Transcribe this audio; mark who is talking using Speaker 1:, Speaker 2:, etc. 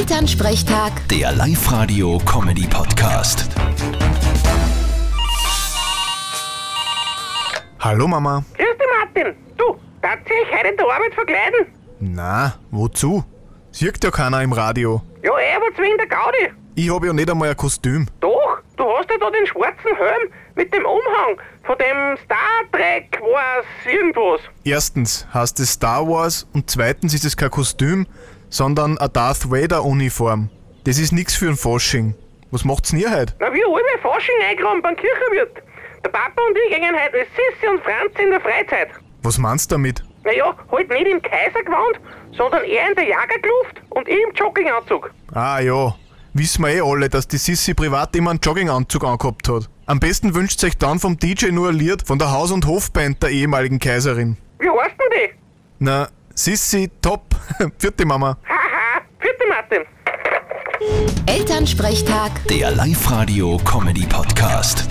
Speaker 1: Elternsprechtag,
Speaker 2: Der Live-Radio-Comedy-Podcast.
Speaker 3: Hallo Mama.
Speaker 4: Grüß dich, Martin. Du, darfst du euch heute in der Arbeit verkleiden?
Speaker 3: Na, wozu? Sieht ja keiner im Radio.
Speaker 4: Ja, eh, aber zwingen der Gaudi.
Speaker 3: Ich habe ja nicht einmal ein Kostüm.
Speaker 4: Doch, du hast ja da den schwarzen Helm mit dem Umhang von dem Star Trek was irgendwas.
Speaker 3: Erstens heißt es Star Wars und zweitens ist es kein Kostüm, sondern eine Darth Vader Uniform. Das ist nix für ein Fasching. Was macht's denn ihr heute?
Speaker 4: Na, wie alle Fasching eingeräumt beim Kirchenwirt. Der Papa und ich gingen heute als Sissi und Franz in der Freizeit.
Speaker 3: Was meinst du damit?
Speaker 4: Naja, halt nicht im Kaisergewand, sondern eher in der Jagerkluft und ich im Jogginganzug.
Speaker 3: Ah ja, wissen wir eh alle, dass die Sissi privat immer einen Jogginganzug angehabt hat. Am besten wünscht sich dann vom DJ nur ein Lied von der Haus- und Hofband der ehemaligen Kaiserin.
Speaker 4: Wie heißt denn die?
Speaker 3: Na, Sissi, top. Vierte Mama.
Speaker 4: Haha, vierte Martin.
Speaker 1: Elternsprechtag.
Speaker 2: Der Live-Radio-Comedy-Podcast.